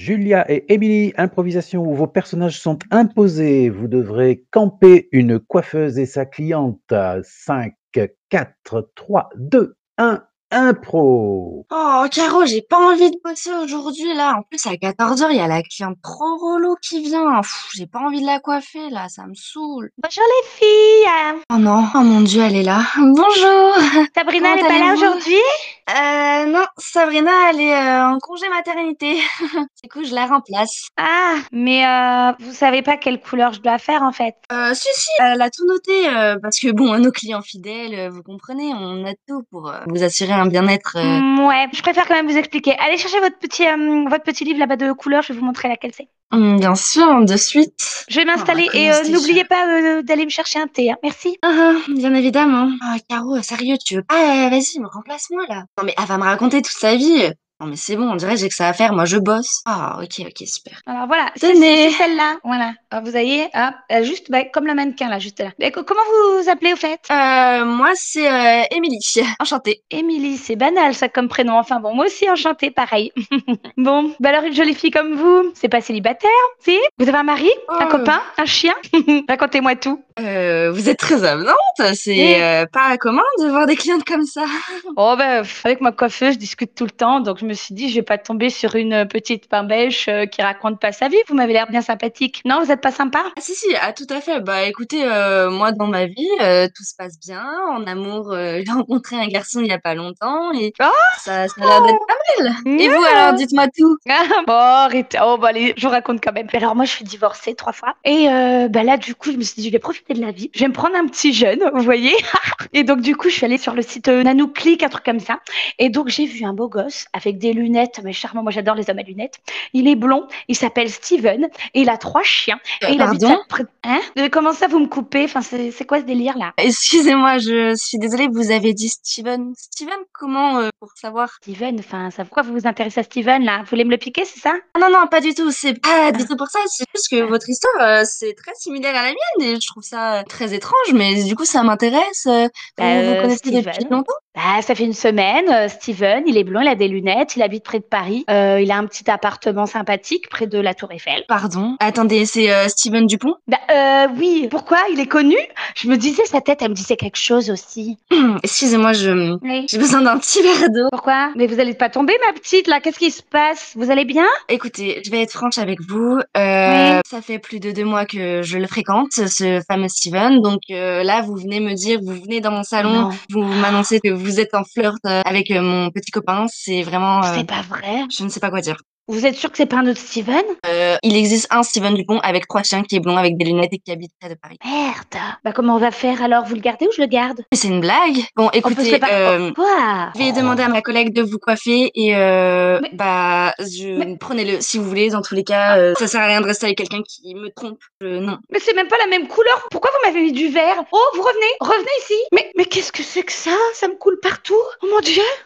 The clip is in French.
Julia et Émilie, improvisation où vos personnages sont imposés. Vous devrez camper une coiffeuse et sa cliente. 5, 4, 3, 2, 1, impro. Oh, Caro, j'ai pas envie de bosser aujourd'hui, là. En plus, à 14h, il y a la cliente trop relou qui vient. Pff, j'ai pas envie de la coiffer, là. Ça me saoule. Bonjour les filles. Euh, Oh non, oh mon Dieu, elle est là. Bonjour. Sabrina Comment n'est pas là allez-vous aujourd'hui. Euh, non, Sabrina, elle est euh, en congé maternité. du coup, je la remplace. Ah, mais euh, vous savez pas quelle couleur je dois faire en fait. Euh, si, si, elle a tout noté. euh, parce que, bon, nos clients fidèles, euh, vous comprenez, on a tout pour euh, vous assurer un bien-être. euh, Mm, ouais, je préfère quand même vous expliquer. Allez chercher votre petit euh, votre petit livre là-bas de couleur. Je vais vous montrer laquelle c'est. Hum, Bien sûr, de suite. Je vais m'installer comment et euh, c'est n'oubliez pas euh, d'aller me chercher un thé. hein. Merci. Ah, ah, bien évidemment. Ah, Caro, sérieux, tu veux pas euh, Vas-y, me remplace-moi là. Non mais elle va me raconter toute sa vie. Non mais c'est bon, on dirait que j'ai que ça à faire, moi je bosse. Ah, ok, ok, super. Alors voilà, c'est Tenez. c'est celle-là. Voilà. Alors, vous voyez, hop, euh, juste bah, comme le mannequin là, juste là. Mais co- comment vous vous appelez au fait Euh, moi c'est euh, Émilie. Enchantée. Émilie, c'est banal ça comme prénom. Enfin bon, moi aussi enchantée, pareil. bon, bah alors une jolie fille comme vous, c'est pas célibataire, si Vous avez un mari Un Oh. copain Un chien Racontez-moi tout. Euh, vous êtes très avenante, c'est Eh. euh, pas commun de voir des clientes comme ça. Oh bah, pff, avec ma coiffeuse, je discute tout le temps, donc je me suis dit, je vais pas tomber sur une euh, petite pimbèche euh, qui raconte pas sa vie. Vous m'avez l'air bien sympathique. Non, vous êtes pas sympa Ah si si, ah tout à fait. Bah écoutez, euh, moi dans ma vie, euh, tout se passe bien. En amour, euh, j'ai rencontré un garçon il y a pas longtemps et Oh. ça, ça a l'air d'être pas mal. Et vous alors, dites-moi tout. Ah, bon, arrêtez. Oh, bah, allez, je vous raconte quand même. Alors, moi, je suis divorcée trois fois. Et euh, bah, là, du coup, je me suis dit, je vais profiter de la vie. Je vais me prendre un petit jeune, vous voyez. et donc, du coup, je suis allée sur le site euh, Nanouclick, un truc comme ça. Et donc, j'ai vu un beau gosse avec des lunettes. Mais charmant, moi, j'adore les hommes à lunettes. Il est blond, il s'appelle Steven. Et il a trois chiens. Et il habite Euh, Pardon à- Hein Mais Comment ça, vous me coupez Enfin, c'est c'est quoi ce délire, là Excusez-moi, je suis désolée, vous avez dit Steven. Steven, comment euh, pour savoir Steven, enfin, ça, pourquoi vous vous intéressez à Steven, là Vous voulez me le piquer, c'est ça Ah non, non, pas du tout, c'est pas du tout pour ça, c'est juste que votre histoire, euh, c'est très similaire à la mienne et je trouve ça euh, très étrange, mais du coup, ça m'intéresse. euh, Bah, vous vous euh, connaissez depuis Steven. longtemps Bah, ça fait une semaine, euh, Steven, il est blond, il a des lunettes, il habite près de Paris, euh, il a un petit appartement sympathique près de la Tour Eiffel. Pardon. Attendez, c'est euh, Steven Dupont Bah, euh, oui, pourquoi il est connu Je me disais, sa tête, elle me disait quelque chose aussi. Excusez-moi, je... Oui. J'ai besoin d'un petit verre d'eau. Pourquoi Mais vous allez pas tomber, ma petite, là, qu'est-ce qui se passe Vous allez bien Écoutez, je vais être franche avec vous. euh, Ça fait plus de deux mois que je le fréquente, ce fameux Steven. Donc euh, là, vous venez me dire, vous venez dans mon salon, Ah Non, Vous m'annoncez que vous êtes en flirt euh, avec euh, mon petit copain, c'est vraiment... euh, c'est pas vrai. je ne sais pas quoi dire. Vous êtes sûr que c'est pas un autre Steven Euh, il existe un Steven Dupont avec trois chiens qui est blond avec des lunettes et qui habite près de Paris. Merde Bah, comment on va faire alors Vous le gardez ou je le garde Mais c'est une blague Bon, On peut se le écoutez, par- euh, Quoi je vais demander à ma collègue de vous coiffer et euh, Mais- bah je Mais- prenez-le si vous voulez. Dans tous les cas, euh, ça sert à rien de rester avec quelqu'un qui me trompe. Euh, non. Mais c'est même pas la même couleur. Pourquoi vous m'avez mis du vert Oh, vous revenez, revenez ici. Mais, mais qu'est-ce que c'est que ça Ça me coule partout. Oh mon dieu.